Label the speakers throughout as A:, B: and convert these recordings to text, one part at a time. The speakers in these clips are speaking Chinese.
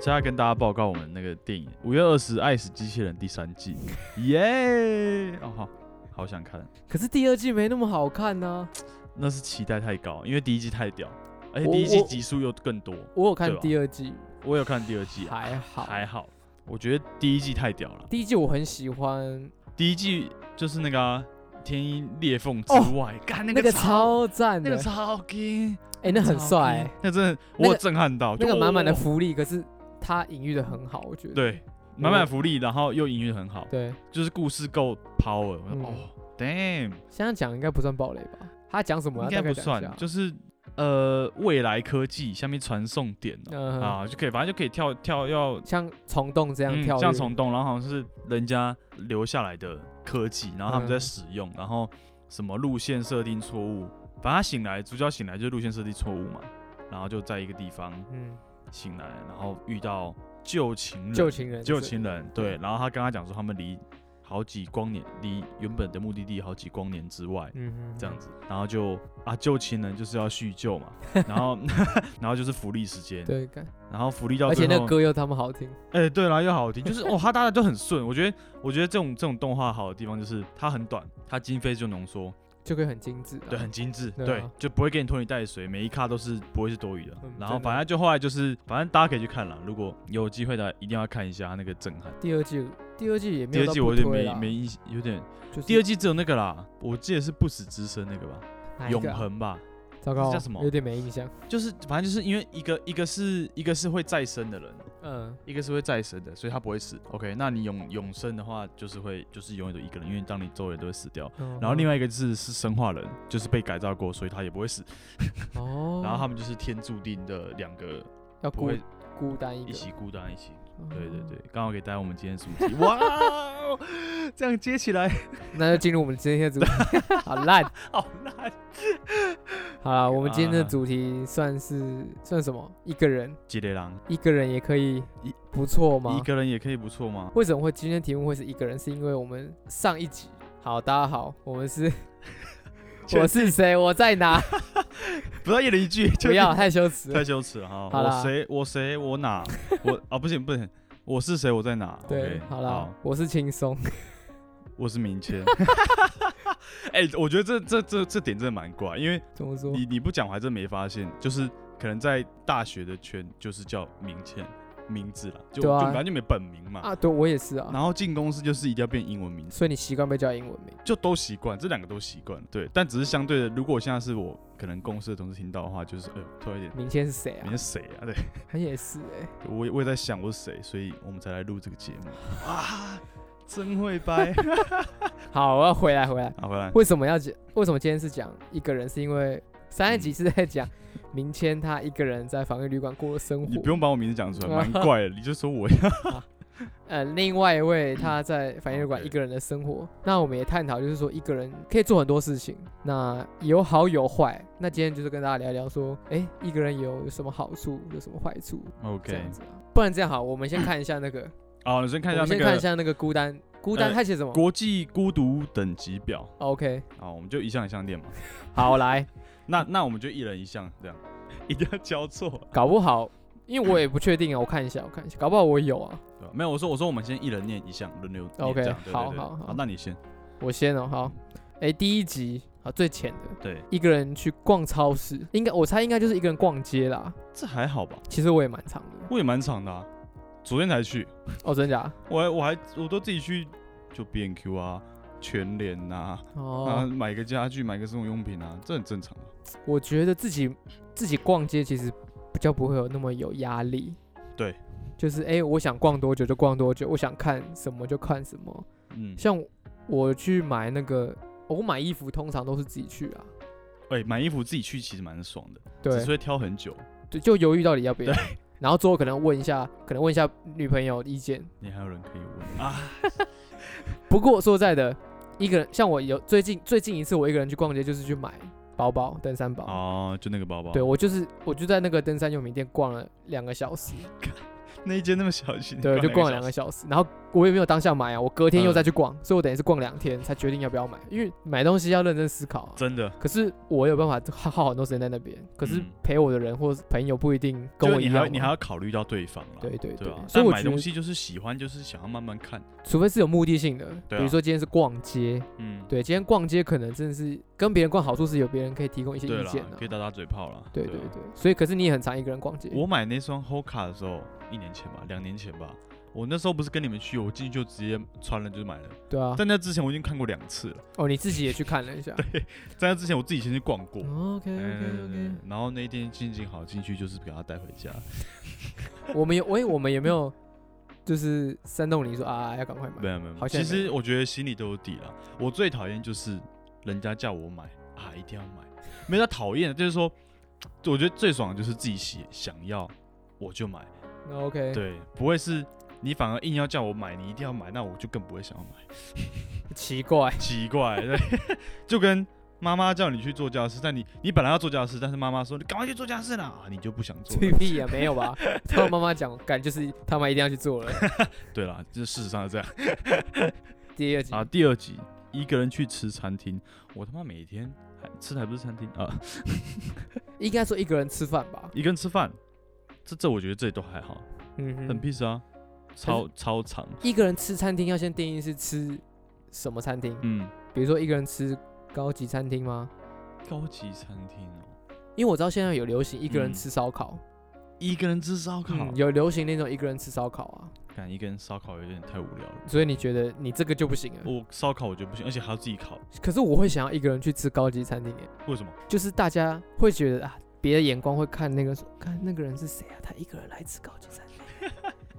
A: 现在跟大家报告我们那个电影《五月二十爱死机器人》第三季，耶！哦好，好想看，
B: 可是第二季没那么好看呢、
A: 那是期待太高，因为第一季太屌，而且
B: 我
A: 第一季
B: 我
A: 集数又更多。
B: 我有看
A: 对吧
B: 第二季，
A: 我有看第二季、啊，
B: 还好。
A: 还好，我觉得第一季太屌了。
B: 第一季我很喜欢，
A: 第一季就是那个啊、天衣裂缝之
B: 哦
A: 外，干、
B: 那
A: 那个
B: 超赞
A: 那
B: 的，
A: 个超 gay，
B: 哎、那很帅、欸，
A: 那真的
B: 那个
A: 我有震撼到，
B: 那个
A: 就
B: 满满的
A: 哦
B: 福利，可是他隐喻的很好，我觉得。
A: 对，满满的福利，然后又隐喻得很好，
B: 对，
A: 就是故事够 power、
B: 嗯
A: 哦，damn，
B: 现在讲应该不算暴雷吧？他讲什么？
A: 应该不算，就是呃未来科技下面传送点、哦
B: 嗯
A: 啊，就可以，反正就可以跳跳要
B: 像虫洞这样
A: 嗯
B: 跳跃，
A: 像虫洞，然后好像是人家留下来的科技，然后他们在
B: 嗯
A: 使用，然后什么路线设定错误，反正他醒来，主角醒来就是路线设定错误嘛，然后就在一个地方
B: 嗯，
A: 醒来，然后遇到旧情人，
B: 旧情人，
A: 旧情人，对
B: 对，
A: 然后他跟他讲说他们离好几光年，离原本的目的地好几光年之外。
B: 嗯，嗯，嗯
A: 这样，子，然后就啊，旧情人就是要叙旧 嘛，然后 然后就是福利时间，
B: 对，干
A: 然后福利到
B: 而
A: 最
B: 且
A: 后，
B: 那歌又他们好听，
A: 哎、对啦，又好听，就是哦，它搭的就很顺。我觉得，我觉得这种这种动画好的地方就是它很短，它经费就浓缩，
B: 就可以很精致啊，
A: 对，很精致，
B: 对啊
A: 对，就不会给你拖泥带水，每一卡都是不会是多余的
B: 嗯。
A: 然后
B: 真的
A: 反正就后来就是，反正大家可以去看了，如果有机会的一定要看一下它那个震撼。
B: 第二季，第二季也没
A: 第
B: 有
A: 二
B: 到
A: 季我
B: 不
A: 有点
B: 推
A: 没
B: 啦
A: 没印，有点
B: 就是
A: 第二季只有那个啦，我记得是不死之身那个吧，
B: 哪一
A: 永
B: 个啊，
A: 恒吧，
B: 糟糕，
A: 叫什么
B: 有点没印象，
A: 就是反正就是因为一个一个是一个是会再生的人，
B: 嗯，
A: 一个是会再生的，所以他不会死。OK，那你永永生的话，就是会就是永远都一个人，因为当你周围都会死掉。然后另
B: 外，
A: 外一个是是生化人，就是被改造过，所以他也不会死。
B: 哦，
A: 然后他们就是天注定的两个，
B: 要
A: 不
B: 孤
A: 会
B: 孤单一
A: 一
B: 个，
A: 起孤单一起。
B: 哦
A: 对对对，刚好可以带我们今天的主题。哇哦，这样接起来
B: 那就进入我们今天的主题， 好烂。
A: 好烂。
B: 好了，我们今天的
A: 啊
B: 主题算是算什么？一个人，
A: 吉雷狼
B: 一个人也可以
A: 一
B: 不错吗
A: 一？个人也可以不错吗？
B: 为什么会今天题目会是一个人？是因为我们上一集，好，大家好，我们是
A: 确
B: 我是谁？我在 哪？
A: 不要一人一句，
B: 不要太羞耻了
A: 太。羞耻了哈！
B: 好
A: 我
B: 啦
A: 谁我谁我 哪我啊不行不行，我是谁我在哪？
B: 对
A: OK，，
B: 好啦，我是轻松，
A: 我是明 谦。哎、我觉得这这这这点真的蛮怪，因为
B: 怎么说？
A: 你你不讲我还真没发现，就是可能在大学的圈就是叫明谦名字啦，就、
B: 对啊
A: 就反正就没本名嘛。
B: 啊，对我也是啊，
A: 然后进公司就是一定要变英文名，
B: 所以你习惯被叫英文名，
A: 就都习惯，这两个都习惯了。对，但只是相对的，如果现在是我可能公司的同事听到的话，就是呃，突然有点
B: 明天是谁
A: 你
B: 啊
A: 是？谁啊？对，
B: 他也是哎，
A: 我也我也在想我是谁，所以我们才来录这个 节目啊，真会掰。
B: 好，我要回来回来。
A: 好，回来，
B: 为什么要讲？为什么今天是讲一个人？是因为上一集是在讲明谦他一个人在防疫旅馆过的生
A: 你
B: 活
A: 不，用把我名字讲出来，蛮怪的，你就说我要
B: 呃，另外一位他在反应旅馆
A: OK
B: 一个人的生活。那我们也探讨，就是说一个人可以做很多事情，那有好有坏。那今天就是跟大家聊聊说，哎、一个人有有什么好处，有什么坏处这
A: OK
B: 样。子啊。不然这样好，我们先看一下 那个，
A: 好，你先看一
B: 我
A: 下那
B: 们先看一
A: 个
B: 下那个孤单，孤单
A: 呃
B: 他写什么、哦
A: 国际孤独等级表
B: o k
A: 啊，我们就一项一项练嘛。
B: 好来，
A: 那那我们就一人一项这样， 一定要交错，
B: 搞不好，因为我也不确定啊，我看一下，我看一下，搞不好我有啊，
A: 对吧？没有，我说我说我们先一人念一项，轮流念
B: OK，
A: 这样对对
B: 好
A: 对
B: 好好
A: 那你先
B: 我先哦，好，哎、第一集啊最浅的，
A: 对，
B: 一个人去逛超市，应该我猜应该就是一个人逛街啦。
A: 这还好吧？
B: 其实我也蛮长的。
A: 我也蛮长的啊，昨天才去，
B: 哦，真假？
A: 我还我还我都自己去就 B N Q 啊，全联呐、啊。啊，
B: 哦，
A: 买个家具，买个生活用品啊，这很正常啊。
B: 我觉得自己自己逛街其实比较不会有那么有压力。
A: 对，
B: 就是哎、诶我想逛多久就逛多久，我想看什么就看什么。
A: 嗯，
B: 像我去买那个，哦我买衣服通常都是自己去啊。
A: 哎、买衣服自己去其实蛮爽的，只是
B: 对，
A: 会挑很久。
B: 就就犹豫到底要不要。 然后最后可能问一下，可能问一下女朋友意见。
A: 你还有人可以问啊？
B: 不过说实在的，一个人像我有最近最近一次我一个人去逛街就是去买包包登山
A: 哦
B: 包。
A: 哦，就那个包包。
B: 对，我就是我就在那个登山用品店逛了两个小时，
A: 那一间那么小，去
B: 对，就逛了两个
A: 个小时嗯
B: 小时，然后我也没有当下买啊，我隔天又再去逛，所以我等于是逛两天才决定要不要买，因为买东西要认真思考啊、
A: 真的
B: 可是我有办法耗耗很多时间在那边，可是
A: 嗯
B: 陪我的人或是朋友不一定跟
A: 就
B: 我
A: 你
B: 一
A: 还要
B: 样，
A: 你还要考虑到对方了，
B: 对对
A: 对啊。
B: 所
A: 但
B: 以我
A: 买
B: 觉
A: 东
B: 得，
A: 西就是喜欢，就是想要慢慢看，
B: 除非是有目的性的，比
A: 对
B: 如
A: 啊
B: 说今天是逛街，
A: 嗯，
B: 对，今天逛街可能真的是跟别人逛，好处是有别人可以提供一些
A: 对
B: 意
A: 啦
B: 见啊，
A: 可以打打嘴炮了，
B: 对对
A: 啊
B: 对，所以可是你也很常一个人逛街，
A: 我买那双 Hoka 的时候，一年前吧，两年前吧，我那时候不是跟你们去，我进去就直接穿了就买了。
B: 对啊，
A: 在那之前我已经看过两次了，
B: 哦，你自己也去看了一 下，
A: 在那之前我自己先去逛过。
B: ，OK
A: 哎
B: OK
A: 对对对
B: OK，
A: 然后那一天心情好，进去就是给他带回家。
B: 我们有，喂，我们有没有就是煽动你说啊要赶快买？
A: 没有没有没
B: 好
A: 有，
B: 像也
A: 其
B: 没有
A: 实我觉得心里都有底了。我最讨厌就是人家叫我买啊，一定要买，没有他讨厌，就是说，我觉得最爽的就是自己喜想要我就买，
B: 那哦 OK，
A: 对，不会是你反而硬要叫我买，你一定要买，那我就更不会想要买。
B: 奇怪，
A: 奇怪，对， 就跟妈妈叫你去做家事，但你你本来要做家事，但是妈妈说你赶快去做家事啦，啊你就不想做
B: 吹
A: 了。
B: 屁啊，没有吧？ 他妈妈讲，感就是他妈一定要去做了。
A: 对啦，这事实上是这样
B: 第二集
A: 啊。第二集，一个人去吃餐厅，我他妈每天还吃的还不是餐厅啊，
B: 应该说一个人吃饭吧，
A: 一个人吃饭，这这我觉得这都还好，
B: 嗯哼
A: 很 peace 啊，超超长，
B: 一个人吃餐厅要先定义是吃什么餐厅，
A: 嗯，
B: 比如说一个人吃高级餐厅吗？
A: 高级餐厅哦，
B: 因为我知道现在有流行一个人
A: 嗯
B: 吃烧烤，
A: 一个人吃烧烤，
B: 嗯有流行那种一个人吃烧烤啊，
A: 感一个人烧烤有点太无聊了。
B: 所以你觉得你这个就不行了。
A: 我烧烤我觉得不行，而且还要自己烤，
B: 可是我会想要一个人去吃高级餐厅耶，欸
A: 为 什么？
B: 就是大家会觉得啊，别的眼光会看那个说，看那个人是谁啊？他一个人来吃高级餐厅，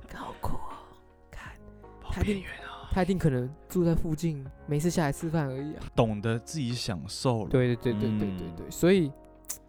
B: 看好酷哦！看
A: 好
B: 他一
A: 边
B: 定
A: 缘啊，
B: 他一定可能住在附近，没事下来吃饭而已啊。
A: 懂得自己享受了。
B: 对对对对对对对，所以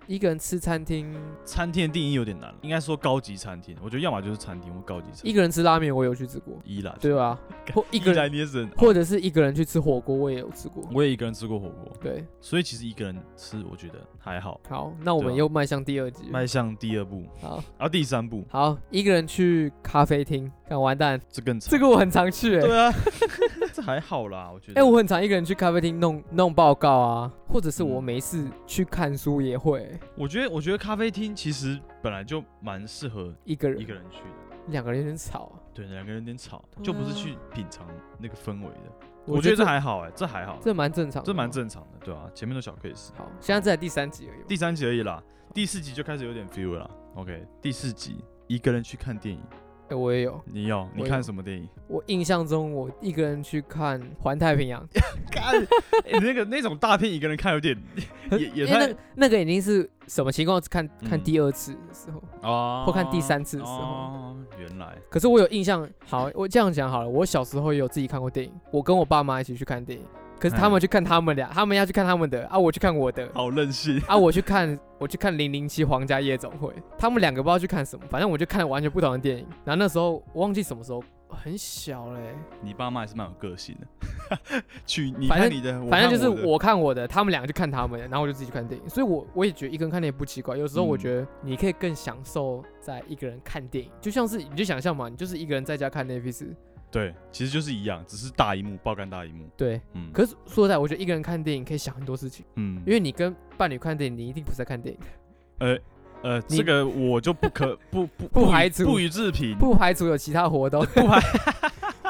B: 一个人吃餐厅，
A: 餐厅的定义有点难了，应该说高级餐厅。我觉得要么就是餐厅或高级餐
B: 一
A: 厅。
B: 个人吃拉面我有去吃过，
A: 一啦，
B: 对 吧？或一
A: 一
B: 个人，
A: 来你也是很，
B: 或者是一个人去吃火锅我也有吃过。
A: 我也一个人吃过火锅，
B: 对，
A: 所以其实一个人吃我觉得还好。
B: 好，那我们
A: 对啊
B: 又迈向第二集了。
A: 迈向第二步，
B: 好
A: 然后第三步
B: 好，一个人去咖啡厅，看完蛋，
A: 这更惨。
B: 这个我很常去、欸。
A: 对啊， 这还好啦，我觉
B: 哎、
A: 得。
B: 我很常一个人去咖啡厅弄弄报告啊，或者是我
A: 嗯
B: 没事去看书也会
A: 我觉得我觉得咖啡厅其实本来就蛮适合
B: 一个人，
A: 一个人去的，
B: 两个人有点吵啊。
A: 对，两个人有点吵，
B: 对啊
A: 就不是去品尝那个氛围的。我觉得这
B: 这
A: 还好哎，这还好，
B: 这蛮正常的，
A: 这蛮。正常的，对啊，前面都小 case。
B: 好，现在在第三集而已嘛。
A: 第三集而已啦，第四集就开始有点 feel 了啦。OK，第四集一个人去看电影，
B: 哎、我也有，
A: 你有你
B: 我有
A: 看什么电影？
B: 我印象中我一个人去看《环太平洋》
A: 看、欸那个那种大片一个人看有点也也
B: 因哎为那
A: 太
B: 个那个已经是什么情况？看看
A: 嗯
B: 第二次的时候。
A: 哦
B: 或看第三次的时候
A: 哦，原来
B: 可是我有印象，好，我这样讲好了，我小时候也有自己看过电影，我跟我爸妈一起去看电影，可是他
A: 嗯
B: 们去看他们俩，他们要去看他们的啊，我去看我的，
A: 好任性。
B: 啊，我去看，我去看《零零七皇家夜总会》，他们两个不知道去看什么，反正我就看了完全不同的电影。然后那时候我忘记什么时候，很小嘞、
A: 你爸妈还是蛮有个性的， 去你
B: 反正
A: 看你的，我
B: 反正就
A: 看
B: 是
A: 我的
B: 我看我的，他们两个去看他们的，然后我就自己去看电影。所以我我也觉得一个人看电影不奇怪，有时候我
A: 嗯
B: 觉得你可以更享受在一个人看电影，就像是你就想象嘛，你就是一个人在家看 Netflix，
A: 对，其实就是一样，只是大荧幕爆肝大荧幕。
B: 对。
A: 嗯，
B: 可是说实在，我觉得一个人看电影可以想很多事情，
A: 嗯，
B: 因为你跟伴侣看电影，你一定不是在看电影，
A: 呃呃，
B: 你
A: 这个我就不可 不不
B: 不
A: 予
B: 排除
A: 不予置评，
B: 不排除有其他活动，不排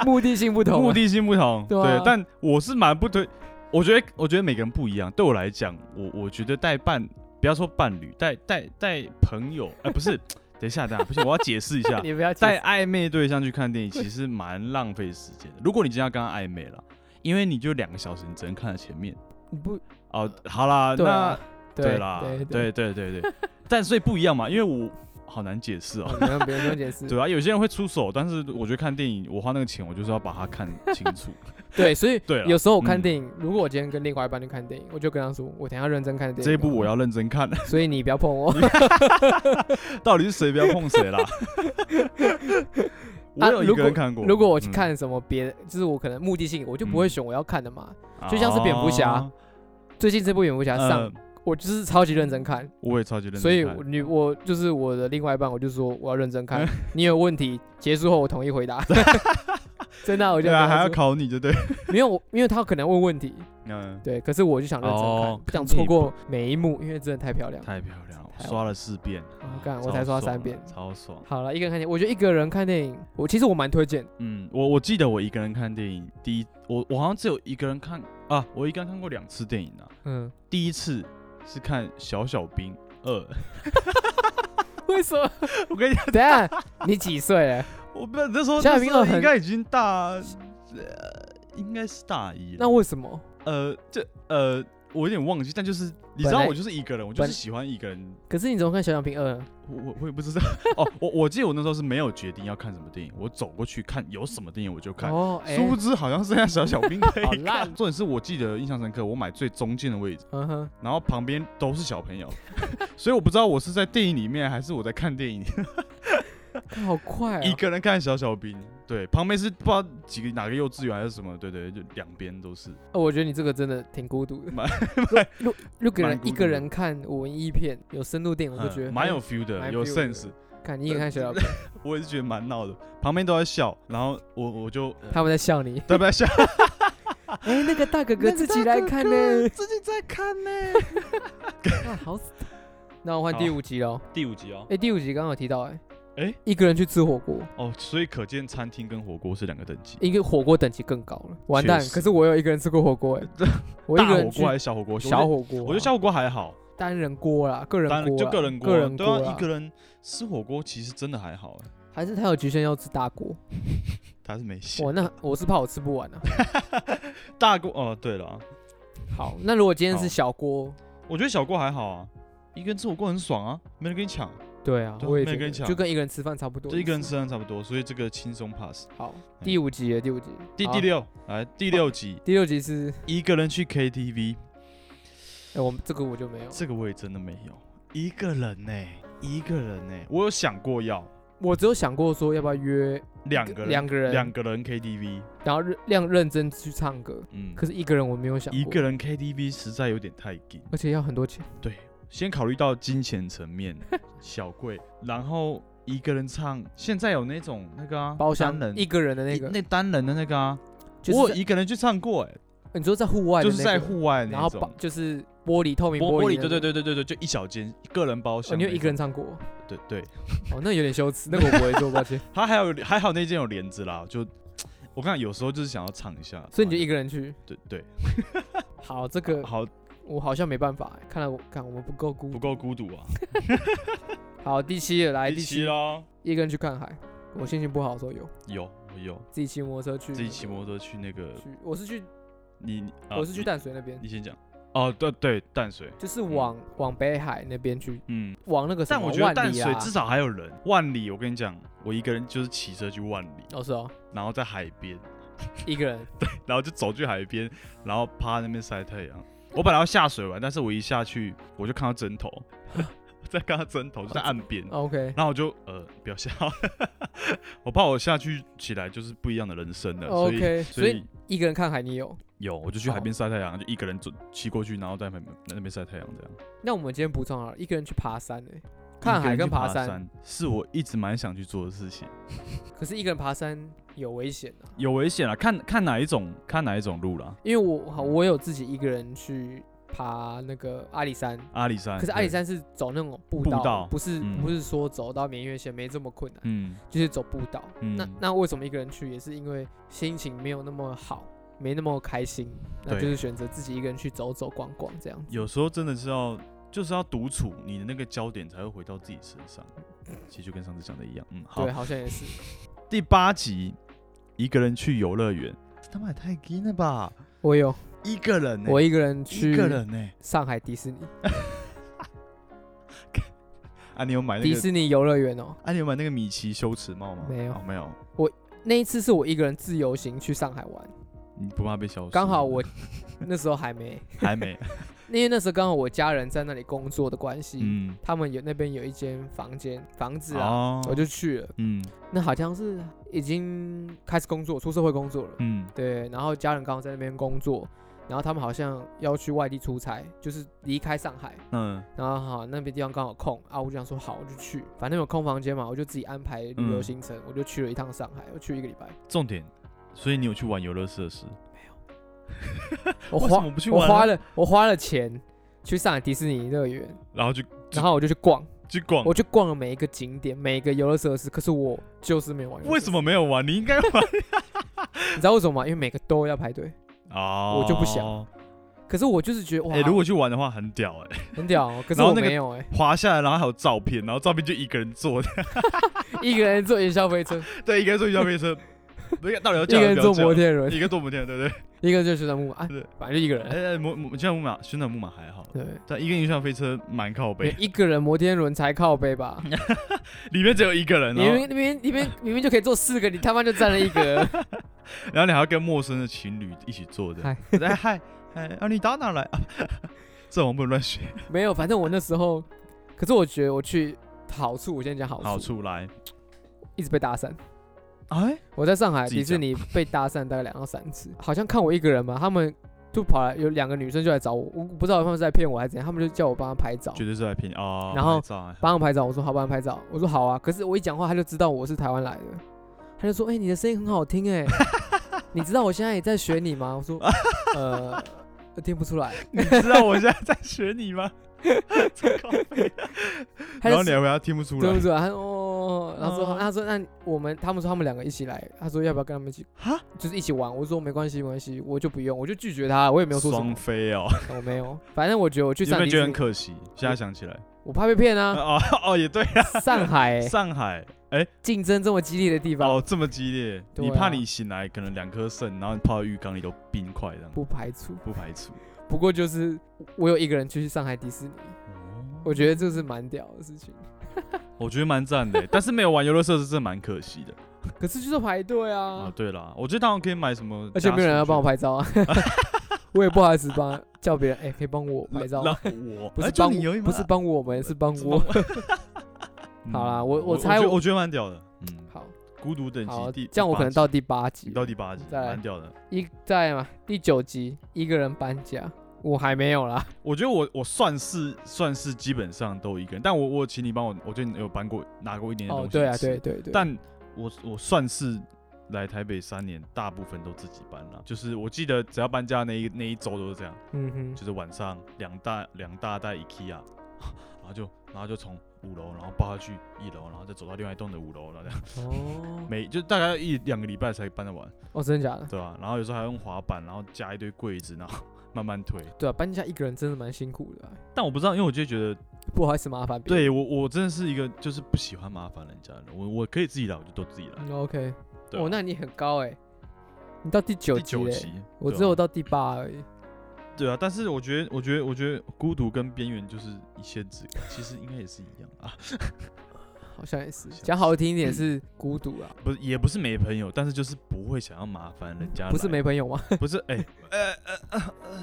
B: 目的性不同啊，
A: 目的性不同，
B: 对
A: 对,、
B: 啊
A: 但我是蛮不推，我觉得我觉得每个人不一样。对我来讲，我我觉得带伴，不要说伴侣，带带带朋友，哎、不是， 等一下，等一下，不啊行，我要解释一下，
B: 你不要解
A: 带
B: 释
A: 暧昧对象去看电影其实蛮浪费时间的。如果你今天要跟他暧昧了，因为你就两个小时，你只能看到前面。
B: 你不
A: 哦，好啦，
B: 对
A: 那
B: 啊
A: 对啦，
B: 对
A: 对对对 对，但所以不一样嘛，因为我好难解释哦。
B: 哦没有没有没有解释。
A: 对啊，有些人会出手，但是我觉得看电影，我花那个钱，我就是要把它看清 楚。
B: 对，所以
A: 对啦
B: 有时候我看
A: 嗯
B: 电影，如果我今天跟另外一半去看电影，我就跟他说，我等一下认真看电影哦。
A: 这一部我要认真看，
B: 所以你不要碰我。
A: 到底是谁不要碰 谁啦？我
B: 啊
A: 有一
B: 如
A: 个
B: 果
A: 人看过，
B: 如果我去
A: 嗯，
B: 看什么别的，就是我可能目的性，我就不会
A: 嗯
B: 选我要看的嘛。就像是蝙蝠
A: 哦呃嗯
B: 侠最近这部蝙蝠侠上，我就是超级认真看，
A: 我也超级认真看，嗯
B: 所以我你我就是我的另外一半，我就说我要认 真看，你有问题结束后我统一回答，真的啊、我就
A: 对啊，
B: 跟他
A: 还要
B: 说
A: 考你就对，
B: 没有，我因为他可能问问题，
A: 嗯，
B: 对，啊可是我就想认真看，
A: 哦
B: 不想
A: 看
B: 错
A: 电影
B: 过每一幕，因为真的太漂亮。
A: 太漂亮了，我
B: 太好
A: 刷了四遍，
B: 我干
A: 啊
B: 我才
A: 超爽
B: 刷三遍
A: 超爽。
B: 好了，一个人看电影，我觉得一个人看电影，我其实我蛮推荐，
A: 嗯，我我记得我一个人看电影，第一我我好像只有一个人看啊，我一个人看过两次电影啊。
B: 嗯，
A: 第一次是看《小小兵二》，
B: 为什么？
A: 我跟你讲，
B: 等一下你几 岁了？
A: 我不知道那时候
B: 小小兵二
A: 那时候
B: 很
A: 应该已经大，呃，应该是大一了。
B: 那为什么？
A: 呃，这呃，我有点忘记，但就是你知
B: 本
A: 道，
B: 来
A: 我就是一个人，我就
B: 本
A: 是喜欢一个人。
B: 可是你怎么看《小小兵二》？
A: 我我我也不知道 哦，我我记得我那时候是没有决定要看什么电影，我走过去看有什么电影我就看。
B: 哦，哎、
A: 殊不知好像剩下小小兵可
B: 好
A: 以看
B: 烂。
A: 重点是我记得印象深刻，我买最中间的位置，
B: 嗯哼，
A: 然后旁边都是小朋友， 所以我不知道我是在电影里面还是我在看电影，
B: 看好快、
A: 一
B: 哦。
A: 个人看小小兵。对，旁边是不知道几个哪个幼稚园还是什么，对对，就两边都是。
B: 哦我觉得你这个真的挺孤独的
A: 蛮。
B: 如如如果
A: 蛮
B: 人
A: 孤独的
B: 一个人看文艺片，有深度电影，我就觉得
A: 嗯蛮有呃
B: 嗯
A: feel 的，
B: 蛮
A: 有
B: feel 的
A: sense。
B: 看，你也看《小小兵》，
A: 我也是觉得蛮闹的，旁边都在笑，然后我我就
B: 他们在笑 你。
A: 对不对？笑
B: 哎、那个大 哥哥自己来看呢、
A: 自己在看呢。
B: 啊，好死。那我换第
A: 好
B: 五集喽。
A: 第五集哦
B: 哎、，第五集刚刚有提到、哎，
A: 哎
B: 一个人去吃火锅，
A: 哦，所以可见餐厅跟火锅是两个等级，
B: 一个火锅等级更高了，完蛋
A: 确！实
B: 可是我有一个人吃过火锅、哎
A: 这，
B: 我一
A: 大
B: 个
A: 火
B: 人去
A: 锅还是小火锅？
B: 小火
A: 我觉
B: 锅啊、啊
A: 得，我觉得小火锅还好，
B: 单人锅啦，个人
A: 当然
B: 锅啦，
A: 就个人锅啊，
B: 个人
A: 对
B: 锅
A: 啊，
B: 啦，
A: 一个人吃火锅其实真的还好，
B: 还是他有局限要吃大锅。
A: 他是没戏
B: 我。那我是怕我吃不完啊。
A: 大锅哦，对了啊，
B: 好，那如果今天是
A: 好
B: 小锅，
A: 我觉得小锅还好啊，一个人吃火锅很爽啊，没人跟你抢，
B: 对啊，
A: 对啊
B: 我也
A: 没
B: 觉
A: 跟
B: 得
A: 你抢
B: 就跟一个人吃饭差不多。
A: 就一个人。吃饭差不多，所以这个轻松 pass。
B: 好，第五集了，第五集，
A: 第
B: 好
A: 第，六来第六集，
B: 第六集是，
A: 一个人去 KTV。
B: 哎，我们这个我就没有，
A: 这个我也真的没有，一个人呢、一个人呢、我有想过要
B: 我只有想过说要不要约
A: 两个人，
B: 两个人，
A: 两个人 KTV，
B: 然后认认认真去唱歌，
A: 嗯，
B: 可是一个人我没有想过，
A: 一个人 KTV 实在有点太紧。
B: 而且要很多钱，
A: 对，先考虑到金钱层面，小贵，然后一个人唱，现在有那种那个、啊、
B: 包厢
A: 单人
B: 一个人的那
A: 一
B: 个，
A: 那单人的那个啊，
B: 就是
A: 我
B: 在
A: 有一个人去唱过、欸，
B: 你说在户外的
A: 就
B: 那
A: 是
B: 个，
A: 在户外
B: 然
A: 那
B: 后
A: 种
B: 把。就是玻璃透明
A: 玻玻璃，
B: 璃
A: 对对
B: 的那个，
A: 对对对对，就一小间个人包
B: 哦，
A: 厢那种。
B: 你有一个人唱过，
A: 对对，
B: 哦，那有点羞耻，那个我不会做，抱歉，
A: 他还有还好那间有帘子啦，就我看有时候就是想要唱一下，
B: 所以你就一
A: 个
B: 个人去，
A: 对对，
B: 好，这个
A: 好
B: 我好像没办法，欸看来我看我们不够孤
A: 不
B: 独，
A: 够孤独啊，
B: 好，第七了来
A: 第
B: 七
A: 七，喽，
B: 一个人去看海，我心情不好的时候有
A: 有我有
B: 自己骑摩托车去，
A: 自己骑摩托车去那个
B: 去，我是去
A: 你你啊
B: 我是去
A: 你
B: 淡水那边
A: 你。先讲哦，对对淡水，
B: 就是往、往北海那边去，
A: 嗯，
B: 往那个什
A: 但
B: 么
A: 我觉
B: 万里
A: 得
B: 啊
A: 淡水至少还有人，万里我跟你讲，我一个人就是骑车去万里，
B: 哦是哦，
A: 然后在海边，
B: 一个人
A: 然后就走去海边，然后趴那边晒太阳。我本来要下水玩，但是我一下去我就看到针头， 我在看到针头就在岸边，
B: OK，
A: 然后我就呃不要笑， 我怕我下去起来就是不一样的人生了。所以
B: 哦 OK，
A: 所
B: 所以哦
A: 以
B: 一个人看海你有。
A: 有我就去海边晒太阳，就一个人走骑过去，然后在那边那边晒太阳这样。
B: 那我们今天补充了，一个人去爬山诶、看海
A: 一个人
B: 跟
A: 去
B: 爬
A: 爬
B: 山
A: 是我一直蛮想去做的事情，
B: 可是一个人爬山有危险啊，
A: 有危险啊，看看哪一种看哪一种路啦。
B: 因为我
A: 嗯
B: 好我有自己一个人去爬那个阿里山。
A: 阿里山，
B: 可是阿里
A: 对，
B: 山是走那种步
A: 步
B: 道，
A: 道
B: 不是、
A: 嗯
B: 不是说走到绵月线没这么困难，
A: 嗯，
B: 就是走步道。
A: 嗯
B: 那那为什么一个人去，也是因为心情没有那么好，没那么开心，那
A: 对
B: 就是选择自己一个人去走走逛逛这样子。
A: 有时候真的是要就是要独处，你的那个焦点才会回到自己身上。其实就跟上次讲的一样，嗯，好
B: 对，，啊好像也是。
A: 第八集，一个人去游乐园，这他妈也太惊了吧！
B: 我有，
A: 一个人呢、
B: 我一个人
A: 一
B: 去
A: 个人呢、欸
B: 上海迪士尼，
A: 啊，你有买那
B: 迪
A: 个？
B: 士尼游乐园哦。
A: 啊，你有买那个米奇羞耻帽吗？
B: 没有
A: 哦没有。
B: 那一次是我一个人自由行去上海玩，
A: 你不怕被消失？
B: 刚好我那时候还没，
A: 还 没，
B: 因为那时候刚好我家人在那里工作的关系，
A: 嗯，
B: 他们有那边有一间房间房子啊，
A: 哦
B: 我就去了。
A: 嗯
B: 那好像是已经开始工作，出社会工作了，
A: 嗯
B: 对。然后家人刚好在那边工作，然后他们好像要去外地出差，就是离开上海，
A: 嗯
B: 然后好那边地方刚好空啊，我就想说好我就去，反正有空房间嘛，我就自己安排旅游
A: 嗯
B: 行程，我就去了一趟上海，我去一个礼拜，
A: 重点，所以你有去玩游乐设施？
B: 我
A: 为什
B: 花
A: 么不去
B: 我
A: 玩啊
B: 花了我花了钱去上海迪士尼乐园，
A: 然后就
B: 然后我就去逛，
A: 去逛
B: 我。去逛了每一个景点，每一个游乐设施，可是我就是没有玩游乐设施。
A: 为什么没有玩？你应该玩
B: 你知道为什么吗？因为每个都要排队。
A: 哦
B: 我就不想。可是我就是觉得哇，
A: 哎、如果去玩的话，很屌哎、
B: 很屌、哦，可是
A: 然后
B: 我
A: 那个
B: 没有哎、
A: 滑下来，然后还有照片，然后照片就一个人坐 的，
B: 一个人坐云霄 飞车，
A: 对，一个人坐小飞车，不是到 底要
B: 一
A: 叫
B: 个
A: 还是不
B: 人
A: 要
B: 坐
A: 叫
B: 摩？天轮，
A: 一个坐摩天轮， 对不对？
B: 一个人坐旋转木马，啊
A: 对，
B: 反正就一个人。
A: 哎、哎，摩摩旋转木马，旋转木马还好，
B: 对，
A: 但一个人上飞车蛮靠背
B: 你，一个人摩天轮才靠 背吧？
A: 里面只有一个人，
B: 你
A: 然
B: 明
A: 后
B: 明明明明 明明明就可以坐四个，你他妈就占了一个。
A: 然后你还要跟陌生的情侣一起坐的
B: 嗨，
A: 我在嗨嗨啊，你打哪来 啊？这种不能乱学，
B: 没有，反正我那时候，可是我觉得我去好处，我先讲好处，
A: 好处来，
B: 一直被搭讪。
A: 哎，
B: 我在上海
A: 自己
B: 迪士尼被搭讪大概两到三次，好像看我一个人嘛，他们就跑来有两个女生就来找我，我不知道他们是在骗我还是怎样，他们就叫我帮他拍照，
A: 绝对是在骗你哦。
B: 然后
A: 拍照啊
B: 帮他们拍照，我说好，帮他们拍照，我说好啊，可是我一讲话他就知道我是台湾来的，他就说，哎、你的声音很好听哎、 你知道我现在也在学你吗？我说，呃，听不出来，
A: 你知道我现在在学你吗？ 这靠背
B: 他
A: 然
B: 就
A: 后你还回答听不出
B: 对不
A: 来，
B: 对？他说哦，然后说、
A: 嗯
B: 他说那我们他们说他们两个一起来，他说要不要跟他们一起
A: 哈，
B: 就是一起玩？我说没关系没关系，我就不用，我就拒绝他，我也没有说什
A: 双
B: 么，
A: 飞哦，
B: 我没有，反正我觉得我去
A: 有
B: 上
A: 没
B: 海
A: 有
B: 迪
A: 觉得
B: 士
A: 很
B: 尼，
A: 可惜？现在想起来，
B: 我怕被骗 啊，
A: 哦哦也对啊，
B: 上海欸
A: 上海
B: 竞争这么激烈的地方，
A: 哦这么激烈，
B: 对
A: 你
B: 啊
A: 怕你醒来可能两颗肾，然后你泡在浴缸里都冰块这样，
B: 不排除。
A: 不排除。
B: 不过就是我有一个人去上海迪士尼，我觉得这是蛮屌的事情。
A: 哦 我觉得蛮赞 的，但是没有玩游乐设施真的蛮可惜的
B: 可是就是排队
A: 啊
B: 啊。，
A: 对啦，我觉得当然可以买什么，
B: 而且没有人要帮我，拍照 啊，我也不好意思帮叫别人，哎，可以帮我拍照吗
A: 然。后 我
B: 不
A: 哎
B: 是
A: 就
B: 帮
A: 你而已
B: 我，
A: 嘛
B: 不是帮我们，是帮
A: 呃是
B: 我。
A: 嗯
B: 好啦我我
A: 我
B: 猜
A: 觉得
B: 我
A: 我觉得蛮屌的，嗯，
B: 好，
A: 孤独等
B: 好，
A: 级第
B: 这样我
A: 第八
B: 可能
A: 集
B: 到第八集
A: 你，到第八集，
B: 再来
A: 蛮屌的。
B: 一在嘛第九集一个人搬家，我还没有啦。
A: 我觉得我我算是算是基本上都一个人，但我我请你帮我，我最近有搬过拿过一点点
B: 哦
A: 东，西、
B: 对啊，对。对对，
A: 但我我算是来台北三年，大部分都自己搬了。就是我记得只要搬家那一那一周都是这样，
B: 嗯哼，
A: 就是晚上两大两大袋 IKEA，然后就然后就从五楼然后抱下去一楼，然后再走到另外一栋的五楼，然后这 样
B: 哦，
A: 每就大概一两个礼拜才搬得完，
B: 哦，真的假的？
A: 对吧、然后有时候还用滑板，然后加一堆柜子，然后慢慢推。
B: 对啊，搬家一个人真的蛮辛苦的啊，
A: 但我不知道，因为我就觉得
B: 不好意思麻烦别人。
A: 对我，我真的是一个就是不喜欢麻烦人家的人，我我可以自己来，我就都自己来。
B: 嗯，OK，
A: 对吧
B: 哦，那你很高哎，你到第九
A: 第
B: 集
A: 九
B: 嘞，
A: 集，
B: 我
A: 对啊
B: 只有到第八而已。
A: 对啊，但是我觉得，我觉得，我觉得孤独跟边缘就是一线之隔，其实应该也是一样啊，
B: 好像也是，
A: 像
B: 讲好听一点是孤独啊啦，
A: 不是也不是没朋友，但是就是不会想要麻烦嗯人家来，
B: 不是没朋友吗？
A: 不是哎、呃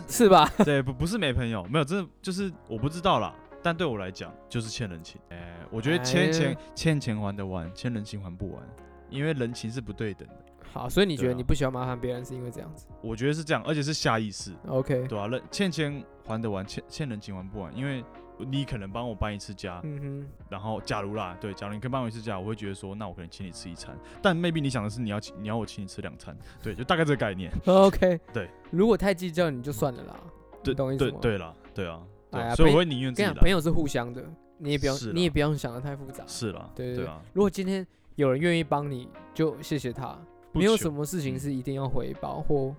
B: 是吧？
A: 对，不不是没朋友，没有，真的就是我不知道啦。但对我来讲，就是欠人情。哎、我觉得欠钱、
B: 哎
A: 欠钱还得完，欠人情还不完，因为人情是不对等的。
B: 好，所以你觉得
A: 对啊
B: 你不喜欢麻烦别人是因为这样子
A: 我觉得是这样，而且是下意识。
B: ？OK，
A: 对啊，人欠钱还得完，欠欠人情还不完，因为你可能帮我搬一次家，
B: 嗯
A: 然后假如啦，对，假如你可以帮我一次家，我会觉得说，那我可能请你吃一餐，但 maybe 你想的是你要请你要我请你吃两餐，对，就大概这个概念，
B: 哼，OK，
A: 对，
B: 如果太计较你就算了啦，
A: 对，
B: 你懂意思
A: 对
B: 吗？
A: 对啦，对啊，对
B: 哎
A: 啊，
B: 呀
A: 所以
B: 朋
A: 我会宁愿自
B: 跟
A: 己
B: 你讲，朋
A: 来，
B: 友是互相的，你也不用
A: 是，啦
B: 你也不用想的太复杂。
A: 是啦，
B: 对对
A: 对啊，
B: 如果今天有人愿意帮你，就谢谢他。
A: 不
B: 没有
A: 求
B: 什么事情
A: 嗯
B: 是一定要回报或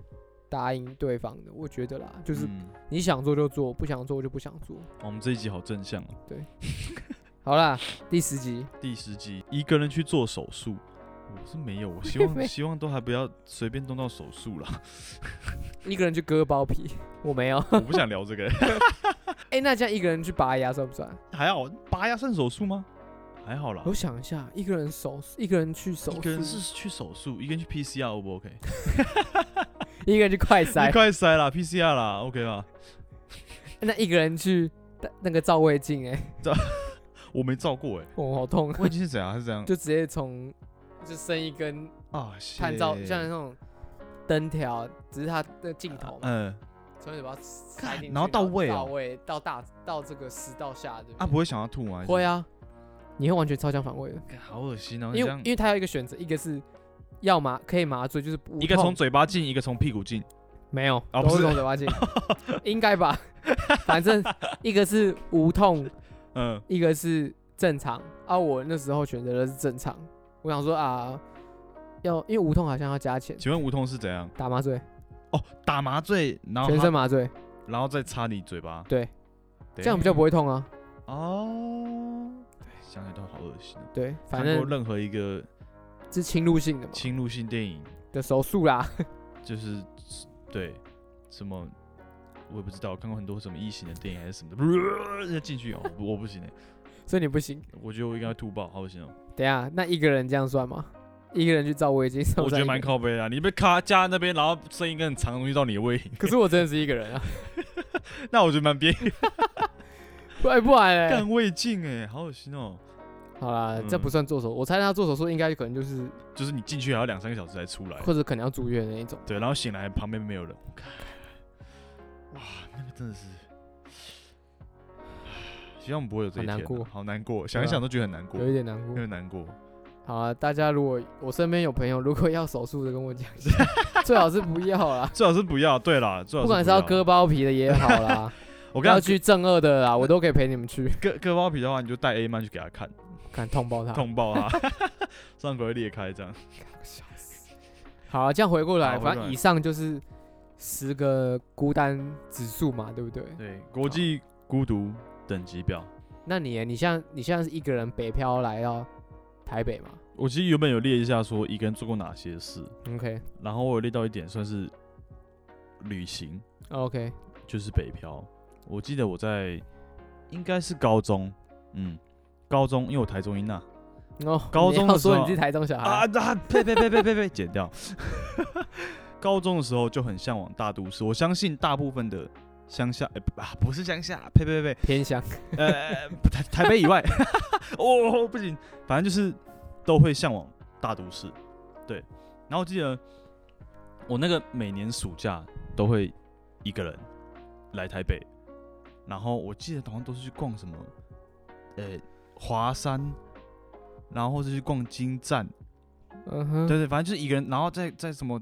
B: 答应对方的，我觉得啦，就是
A: 嗯
B: 你想做就做，不想做就不想做。
A: 我们这一集好正向哦，
B: 好啦，第十集，
A: 第十集一个人去做手术。我是没有，我 希望
B: 没
A: 希望都还不要随便动到手术啦。
B: 一个人去割包皮，我没有。
A: 我不想聊这个，
B: 哎、那这样一个人去拔牙算不算？
A: 还好拔牙算手术吗？还好啦，
B: 我想一下，一个人手，一个人去手术，
A: 一个人是去手术，一个人去 PCR O 不 OK？
B: 一个人去快
A: 你
B: 筛，
A: 快塞啦，PCR 啦，OK 吧？
B: 那一个人去那个照胃镜、哎，
A: 我没照过哎、
B: 我、好痛，啊
A: 胃镜是怎样？是这样
B: 就直接从就伸一根
A: 啊？
B: 探照，像
A: 谢
B: 那种灯条，只是它的镜头嘛，
A: 嗯，
B: 从嘴巴塞
A: 干
B: 进去，
A: 然后到胃
B: 到
A: 哦
B: 胃到大到这个食道下的
A: 啊，不会想要吐吗？还是
B: 嗯会，啊，你会完全超强反胃的，
A: 干好恶心哦！你这
B: 因为
A: 样
B: 因为它有一个选择，一个是要麻可以麻醉，就是无
A: 一个
B: 痛
A: 从嘴巴进，一个从屁股进。
B: 没有，
A: 哦
B: 都
A: 不是
B: 是从 嘴巴进，应该吧？反正一个是无痛，
A: 嗯，
B: 一个是正常。啊，我那时候选择的是正常，我想说啊，要因为无痛好像要加钱，
A: 请问无痛是怎样？
B: 打麻醉，
A: 哦，打麻醉，然后
B: 全
A: 他
B: 身麻醉，
A: 然后再插你嘴巴，
B: 对，这样比较不
A: 会
B: 会痛啊。
A: 哦。想起都好恶心哦。
B: 对，反
A: 看
B: 正
A: 过任何一个
B: 是侵入性的嘛
A: 侵入性电影，
B: 的手术啦。
A: 就是对什么我也不知道，看过很多什么异形的电影还是什么的， 就进去哦，我我不行哎，
B: 所以你不行。
A: 我觉得我应该吐爆，好恶心哦。
B: 等一下，那一个人这样算吗？一个人去照胃镜，算不
A: 我觉
B: 算
A: 得
B: 一个
A: 蛮
B: 人。
A: 靠背的啊，你被卡夹在那边，然后声音跟很长的东西到你的胃里，
B: 可是我真的是一个人啊，
A: 那我觉得蛮憋
B: 不然不然嘞
A: 干。胃镜哎，好恶心哦。
B: 好啦，这
A: 嗯
B: 不算做手术，我猜他做手术应该可能就是
A: 就是你进去还要两三个小时才出来，
B: 或者可能要住院的那一种。
A: 对，然后醒来旁边没有人，看哇，那个真的是，希望不会有这一天
B: 很
A: 啊、
B: 难过
A: 好难过，想一想都觉得很难过，
B: 有一点难过
A: 有。点难过。
B: 好啊，大家如果我身边有朋友，如果要手术的，跟我讲一下，最好是不要啦，
A: 最好是不要，对啦，最好
B: 不管
A: 是
B: 是要
A: 要
B: 割，包皮的也好啦，
A: 我跟
B: 要
A: 他
B: 去正二的啦，我都可以陪你 们去，
A: 割割包皮的话，你就带 A 曼去给他看，
B: 看痛爆他。
A: 痛 爆他，伤口会裂开这样。
B: 笑死好啊，这样回过来，
A: 好回
B: 反
A: 过
B: 正
A: 来
B: 以上就是十个孤单指数嘛，对不对？
A: 对，国际孤独等级表，
B: 那你耶你像你现在是一个人北漂来到台北嘛
A: 我其实原本有列一下说一个人做过哪些事，
B: ？OK
A: 然后我有列到一点算是旅行，
B: OK，
A: 就是北漂。我记得我在应该是高中，嗯，高中，因为我台中音呐
B: 哦，
A: 高
B: 你
A: 中
B: 要
A: 的时
B: 说你
A: 候
B: 是台中小孩
A: 啊
B: 啊，
A: 啊，呸呸呸呸呸呸，剪掉。 高中的时候就很向往大都市，我相信大部分的乡下，哎、不啊，不是乡下，呸呸呸
B: 偏乡，
A: 呸，呃，不台台北以外， 哦，不行，反正就是都会向往大都市，对。然后我记得我那个每年暑假都会一个人来台北，然后我记得好像都是去逛什么，呃、华山，然后或是去逛金站，
B: 嗯哼，
A: 对对，反正就是一个人，然后在在什么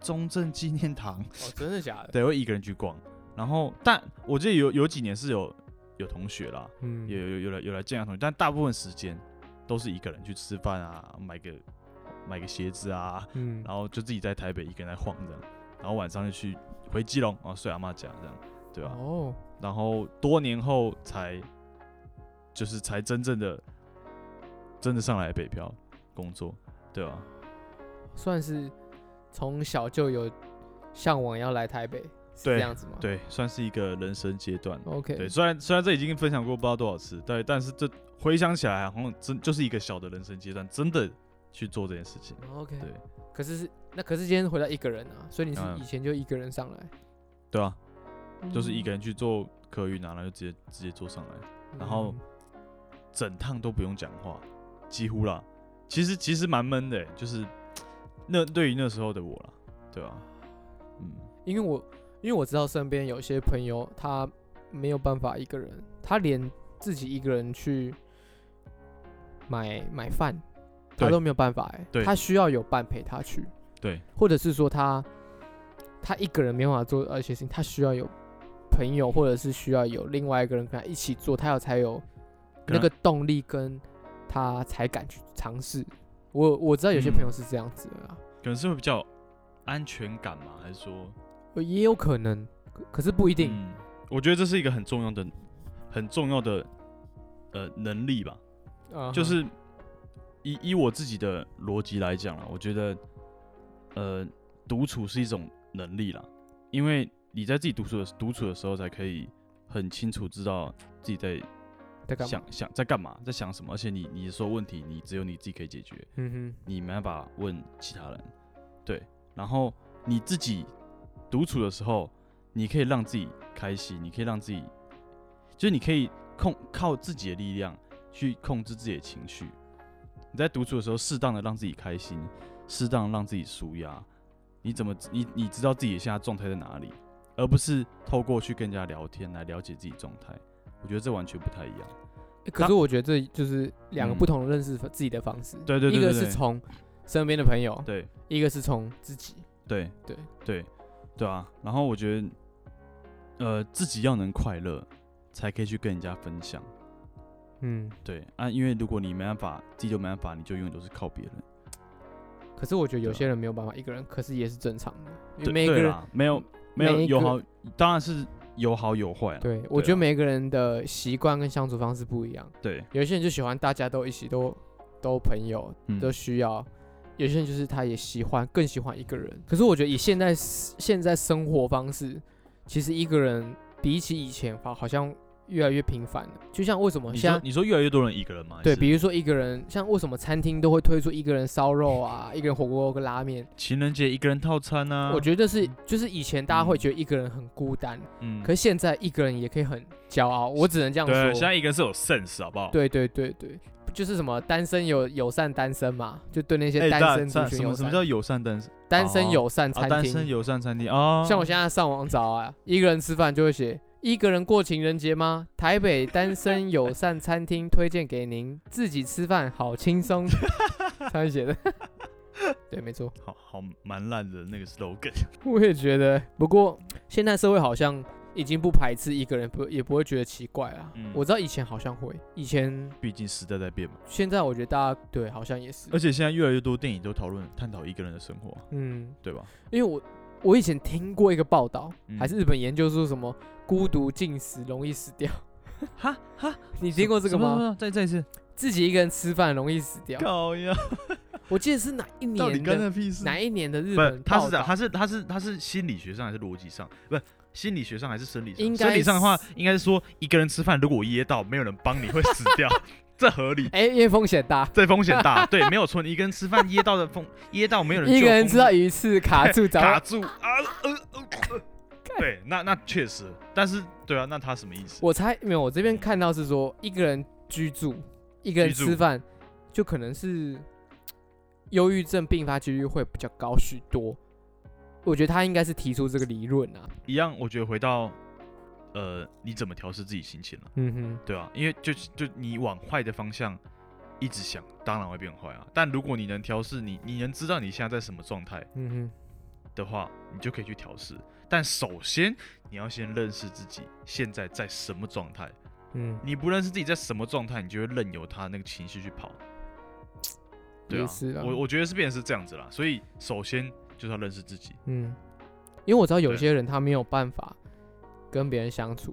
A: 中正纪念堂，
B: 哦，真的假的？
A: 对，会一个人去逛。然后，但我记得有有几年是有有同学啦，
B: 嗯
A: 有有有来有来见到同学，但大部分时间都是一个人去吃饭啊，买个买个鞋子啊，
B: 嗯，
A: 然后就自己在台北一个人来晃这样，然后晚上就去回基隆啊睡阿妈家这样，对啊吧、
B: 哦，
A: 然后多年后才就是才真正的真的上来北漂工作，对吧、
B: 算是从小就有向往要来台北，是
A: 对
B: 这样子吗？
A: 对，算是一个人生阶段。
B: ，OK，
A: 对，虽然虽然这已经分享过不知道多少次，对，但是这回想起来好像真就是一个小的人生阶段，真的去做这件事情。
B: o k
A: 对。
B: 哦可是是那可是今天回到一个人啊，所以你是
A: 嗯
B: 以前就一个人上来，
A: 对啊，就是一个
B: 人，
A: 人去做客运啊，然后就直接直接坐上来，
B: 嗯
A: 然后整趟都不用讲话，几乎啦。其实其实蛮闷的欸、就是那对于那时候的我啦，对啊，嗯，
B: 因为我因为我知道身边有些朋友他没有办法一个人，他连自己一个人去买买饭，他
A: 对
B: 都没有办法哎、
A: 对
B: 他需要有伴陪他去，
A: 对
B: 或者是说他他一个人没办法做而且是他需要有朋友，或者是需要有另外一个人跟他一起做，他有才有
A: 跟
B: 那
A: 他
B: 个动力，跟他才敢去尝试。我我知道有些朋友
A: 嗯
B: 是这样子的啊，
A: 可能是会比较有安全感嘛，还是说
B: 呃也有可能，可可是不一定。
A: 嗯，我觉得这是一个很重要的、很重要的呃能力吧。
B: 啊哈
A: 就是以以我自己的逻辑来讲啦，我觉得呃独处是一种能力啦，因为你在自己独处的独处的时候，才可以很清楚知道自己在
B: 在干嘛
A: 想想在干嘛，在想什么，而且你你说问题，你只有你自己可以解决，
B: 嗯
A: 你没办法问其他人，对，然后你自己独处的时候，你可以让自己开心，你可以让自己，就是你可以控靠自己的力量去控制自己的情绪。你在独处的时候，适当的让自己开心，适当地让自己舒压。你怎么你你知道自己现在状态在哪里，而不是透过去跟人家聊天来了解自己状态。我觉得这完全不太一样。
B: 欸可是我觉得这就是两个
A: 嗯
B: 不同的认识自己的方式。
A: 对对对
B: 一个
A: 对
B: 是
A: 对
B: 从身边的朋友，
A: 对
B: 一个是从自己。
A: 对
B: 对
A: 对对啊！然后我觉得，呃，自己要能快乐，才可以去跟人家分享。
B: 嗯，
A: 对啊，因为如果你没办法，自己就没办法，你就永远都是靠别人。
B: 可是我觉得有
A: 对啊
B: 些人没有办法一个人，可是也是正常的。因为
A: 对
B: 每一个
A: 对
B: 人，
A: 啦，没有没有
B: 每一
A: 有
B: 个
A: 好，当然是有好有坏啦。
B: 对我
A: 对
B: 觉得
A: 啊
B: 每一个人的习惯跟相处方式不一样。
A: 对
B: 有些人就喜欢大家都一起都都朋友
A: 嗯
B: 都需要，有些人就是他也喜欢更喜欢一个人。可是我觉得以现在现在生活方式，其实一个人比起以前好好像越来越频繁了。就像为什么
A: 你
B: 像
A: 说你说越来越多人一个人嘛？还
B: 对，
A: 是
B: 比如说一个人，像为什么餐厅都会推出一个人烧肉啊，一个人火锅跟拉面，
A: 情人节一个人套餐啊，
B: 我
A: 得
B: 觉得是就是以前大家会觉得一个人很孤单，
A: 嗯
B: 可是现在一个人也可以很骄傲。我只能这样
A: 对，现
B: 说。
A: 在一个人是有 sense 好不好？
B: 对对对对，就是什么单身友友善单身嘛，就对那些
A: 哎，
B: 单
A: 什
B: 身族
A: 么
B: 群
A: 什
B: 友
A: 么什
B: 善
A: 么，叫友善单身？
B: 单身
A: 哦
B: 友善
A: 啊，
B: 餐
A: 单身
B: 厅。
A: 友善餐厅啊，
B: 像我现在上网找啊，一个人吃饭就会写。一个人过情人节吗？台北单身 友善餐厅推荐给您，自己吃饭好 轻松。他写的， 对，没错。
A: 好好蛮烂的那个 slogan，
B: 我也觉得，不过现在社会好像已经不排斥一个人，不也不会觉得奇怪啦。
A: 嗯
B: 我知道以前好像会，以前
A: 毕竟时代在变嘛。
B: 现在我觉得大家对好像也是
A: 而，且现在越来越多电影都讨论探讨一个人的生活，
B: 嗯，
A: 对吧？
B: 因为我我以前听过一个报道，
A: 嗯
B: 还是日本研究说什么孤独进食容易死掉，
A: 哈哈，
B: 你听过这个
A: 什么？什
B: 吗？
A: 么再再一 次，
B: 自己一个人吃饭容易死掉，
A: 搞呀，
B: 我记得是哪一
A: 到底
B: 年
A: 干
B: 的
A: 那屁事？
B: 哪一年的日
A: 不是
B: 本，
A: 他
B: 报
A: 是这样，
B: 道
A: 他是他是他是心理学上还是逻辑上？不是心理学上还是生理上？
B: 应该
A: 生理上的话
B: 是，
A: 应该是说一个人吃饭，如果噎到，没有人帮你会死 掉，这合理。
B: 哎，因为风险大，
A: 这风险大，对，没有错。你一个人吃饭噎到的风， 噎到没有人救
B: 一个人吃到
A: 风险
B: 鱼刺 卡住，找
A: 卡住啊，呃 呃呃，对，那那确实，但是对啊，那他什么意思？
B: 我猜没有，我这边看到是说一个人居住，一个人
A: 居住
B: 吃饭，就可能是忧郁症并发几率会比较高许多。我觉得他应该是提出这个理论啊。
A: 一样，我觉得回到呃，你怎么调试自己心情了、
B: 嗯哼，
A: 对啊，因为就就你往坏的方向一直想，当然会变坏啊。但如果你能调试你，你能知道你现在在什么状态
B: 嗯哼，
A: 的话，你就可以去调试。但首先你要先认识自己现在在什么状态。
B: 嗯，
A: 你不认识自己在什么状态，你就会任由他那个情绪去跑。对
B: 也
A: 啊，
B: 是啦
A: 我我觉得是变成是这样子啦。所以首先就是要认识自己，
B: 嗯，因为我知道有
A: 对
B: 些人他没有办法跟别人相处，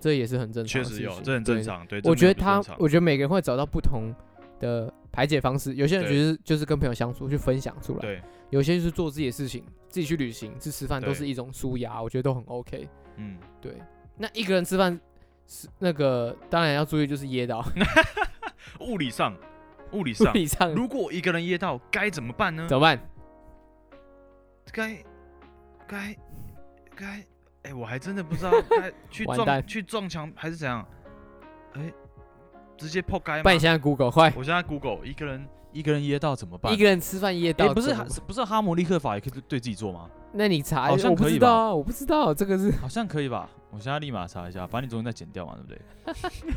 B: 这也是很正常
A: 确
B: 的事
A: 实
B: 情。
A: 有，这很
B: 对
A: 正。常。对，
B: 我觉得
A: 这没有
B: 他
A: 不正，常
B: 我觉得每个人会找到不同的排解方式。有些人
A: 对
B: 就是就是跟朋友相处，去分享出来。
A: 对，
B: 有些就是做自己的事情，自己去旅行、去吃饭，
A: 对
B: 都是一种舒压，我觉得都很 OK。
A: 嗯，
B: 对，那一个人吃饭是那个，当然要注意就是噎到，
A: 物理上，物理
B: 物
A: 上，
B: 理上
A: 如果一个人噎到，该怎么办呢？
B: 怎么办？
A: 该该该，哎，我还真的不 知道该去
B: 完
A: 撞
B: 蛋
A: 去撞墙还是怎样？哎，直接破街吗
B: 不？然你想想 Google 快，
A: 我现在 Google 一个人一个人噎到怎么办
B: 一？个人吃饭噎
A: 哎、
B: 到，
A: 不是
B: 怎么
A: 哈不是哈姆立克法也可以对自己做吗？
B: 那你查，
A: 好像
B: 我不
A: 可以
B: 知道啊，我不知道这 个是
A: 好像可以吧？我现在立马查一下，反正你昨天在剪掉嘛，对不对？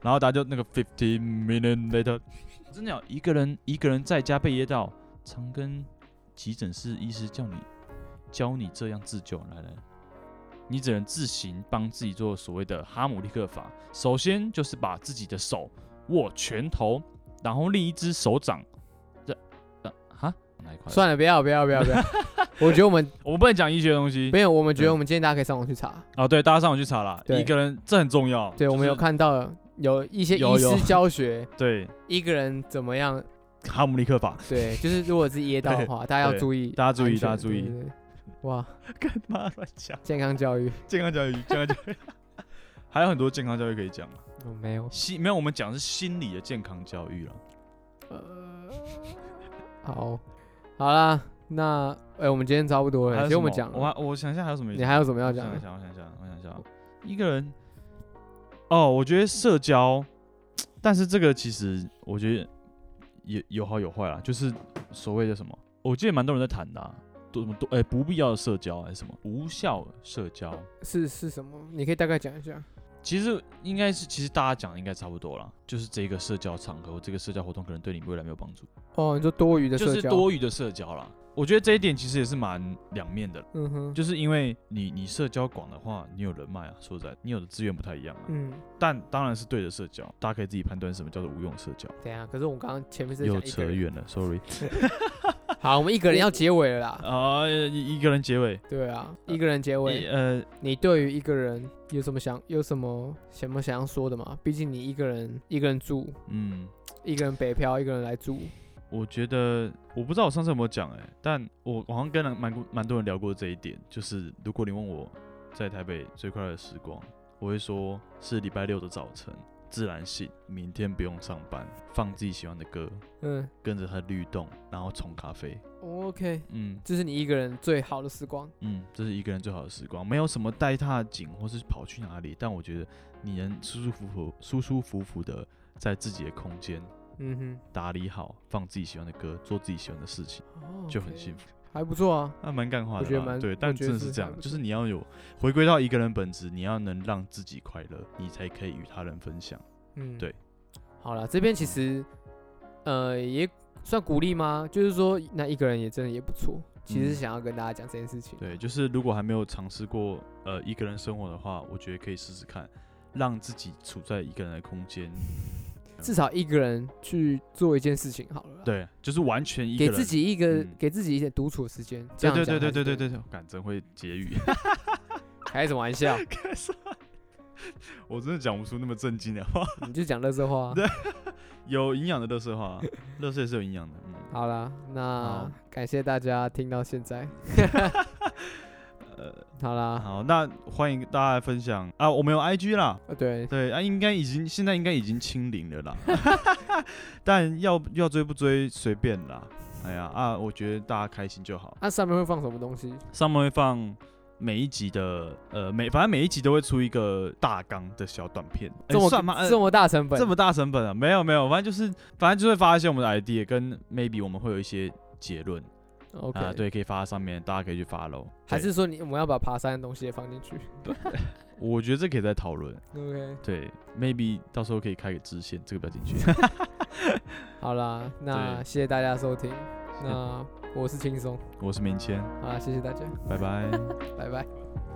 A: 然后大家就那个 fifteen minute later，真的有一个人一个人在家被噎到，常跟急诊室医师叫你教你这样自救，来来，你只能自行帮自己做所谓的哈姆立克法。首先就是把自己的手握拳头，然后另一只手掌，这呃哈哪一块？
B: 算了，不要不要不要不要， 我觉得我们
A: 我们不能讲医学的东西。
B: 没有，我们觉得
A: 对
B: 我们建议大家可以上网去查，
A: 哦，对，大家上网去查啦。
B: 对
A: 一个人这很重要。
B: 对我们有
A: 看。
B: 看到有一些
A: 有
B: 医
A: 有
B: 师教学
A: 对
B: 一个人怎么样，
A: 哈姆立克法，
B: 对，就是如果是噎到的话，大家要
A: 对
B: 注意安全，
A: 大家注意大家注
B: 对
A: 意。
B: 对对哇，
A: 干嘛乱讲？
B: 健康教育，
A: 健康教育，健康教 育，还有很多健康教育可以讲啊。
B: 我哦没有。
A: 心没有，我们讲的是心理的健康教育了。
B: 呃，好，好啦，那哎、我们今天差不多
A: 还
B: 了，
A: 有
B: 其实我
A: 什么
B: 们讲了
A: 我还我想一下还有什么？
B: 你还有什么要讲
A: 我
B: 的？
A: 想一下，我想一下，我想一下。一个人，哦，我觉得社交，但是这个其实我觉得也有好有坏啦，就是所谓的什么，我记得蛮多人在谈的啊、多什么多哎、不必要的社交还是什么无效社交，
B: 是是什么？你可以大概讲一下。
A: 其实应该是其实大家讲的应该差不多啦，就是这个社交场合这个社交活动可能对你未来没有帮助，
B: 哦，你说多余的
A: 就
B: 社
A: 是
B: 交，
A: 多余的社交啦。我觉得这一点其实也是蛮两面的，
B: 嗯哼，
A: 就是因为你你社交广的话，你有人脉啊，说实在，你有的资源不太一样啊。
B: 嗯，
A: 但当然是对的社交，大家可以自己判断什么叫做无用社交。
B: 等一下，可是我们刚刚前面是在
A: 又
B: 讲一
A: 扯
B: 个人。
A: 远了，sorry。
B: 好，我们一个人要结尾 了啦。
A: 啊，一一个人结尾，
B: 对啊，一个人结
A: 一
B: 尾，
A: 呃，
B: 你对于一个人有什么想有什么什么想要说的吗？毕竟你一个人一个人住，
A: 嗯，
B: 一个人北漂，一个人来住。
A: 我觉得我不知道我上次有没有讲哎、但我好像跟人蛮蛮多人聊过这一点，就是如果你问我在台北最快乐的时光，我会说是礼拜六的早晨，自然醒，明天不用上班，放自己喜欢的歌，
B: 嗯
A: 跟着它的律动，然后冲咖啡，
B: ，OK，
A: 嗯
B: 这是你一个人最好的时光。
A: 嗯，这是一个人最好的时光，没有什么带踏景或是跑去哪里，但我觉得你能舒舒服服、舒舒服服的在自己的空间
B: 嗯
A: 打理好，放自己喜欢的歌，做自己喜欢的事情，
B: 哼，
A: 就很幸
B: 福，
A: 福。
B: 还不错啊。
A: 那蛮干话
B: 我
A: 的
B: 觉得
A: 啦
B: 蛮
A: 对，
B: 我
A: 但
B: 觉
A: 真
B: 得
A: 的
B: 是
A: 是这
B: 还
A: 样，
B: 不
A: 就是
B: 错
A: 你要有回归到一个人本质，你要能让自己快乐，你才可以与他人分享。
B: 嗯，
A: 对。
B: 好了，这边其实，呃，也算鼓励吗？就是说，那一个人也真的也不错。其实
A: 嗯
B: 想要跟大家讲这件事情。
A: 对，就是如果还没有尝试过呃一个人生活的话，我觉得可以试试看，让自己处在一个人的空间，
B: 嗯
A: 嗯
B: 至少一个人去做一件事情好了啦。
A: 对，就是完全一个
B: 给
A: 人。
B: 自己一个、
A: 嗯
B: 给自己一些独处的时间。
A: 对
B: 这样
A: 对对对
B: 讲还是
A: 对对
B: 对
A: 对对，敢真会结语，
B: 的，开什么玩笑？
A: 我真的讲不出那么震惊的话，
B: 你就讲乐色话啊。
A: 对有营养的乐色话， 乐色也是有营养的，嗯。
B: 好啦，那
A: 好
B: 感谢大家听到现 在。
A: 呃，
B: 好啦，
A: 好，那欢迎大家来分享啊，我们有 IG 啦，
B: 呃，对，
A: 对啊，应该已经现在应该已经清零了啦， 但要要追不追随便啦，哎呀啊，我觉得大家开心就好。
B: 那、上面会放什么东西？
A: 上面会放每一集的呃每反正每一集都会出一个大纲的小短片，哎
B: 这么、
A: 算吗？呃
B: 这么大成本，
A: 这么大成本啊？没有没有，反正就是反正就会发一些我们的 idea，跟 maybe 我们会有一些结论
B: OK？、
A: 啊，对，可以发在上面，大家可以去发喽。
B: 还
A: 对
B: 是说你我们要把爬山的东西也放进去
A: 我觉得这可以再讨论，
B: ？OK，
A: 对，maybe 到时候可以开个支线，这个不要进 去。
B: 好啦，那
A: 对嗯
B: 谢谢大家收听，那我是轻松，
A: 我是明谦，
B: 好啦，谢谢大家，
A: 拜拜。
B: 拜拜。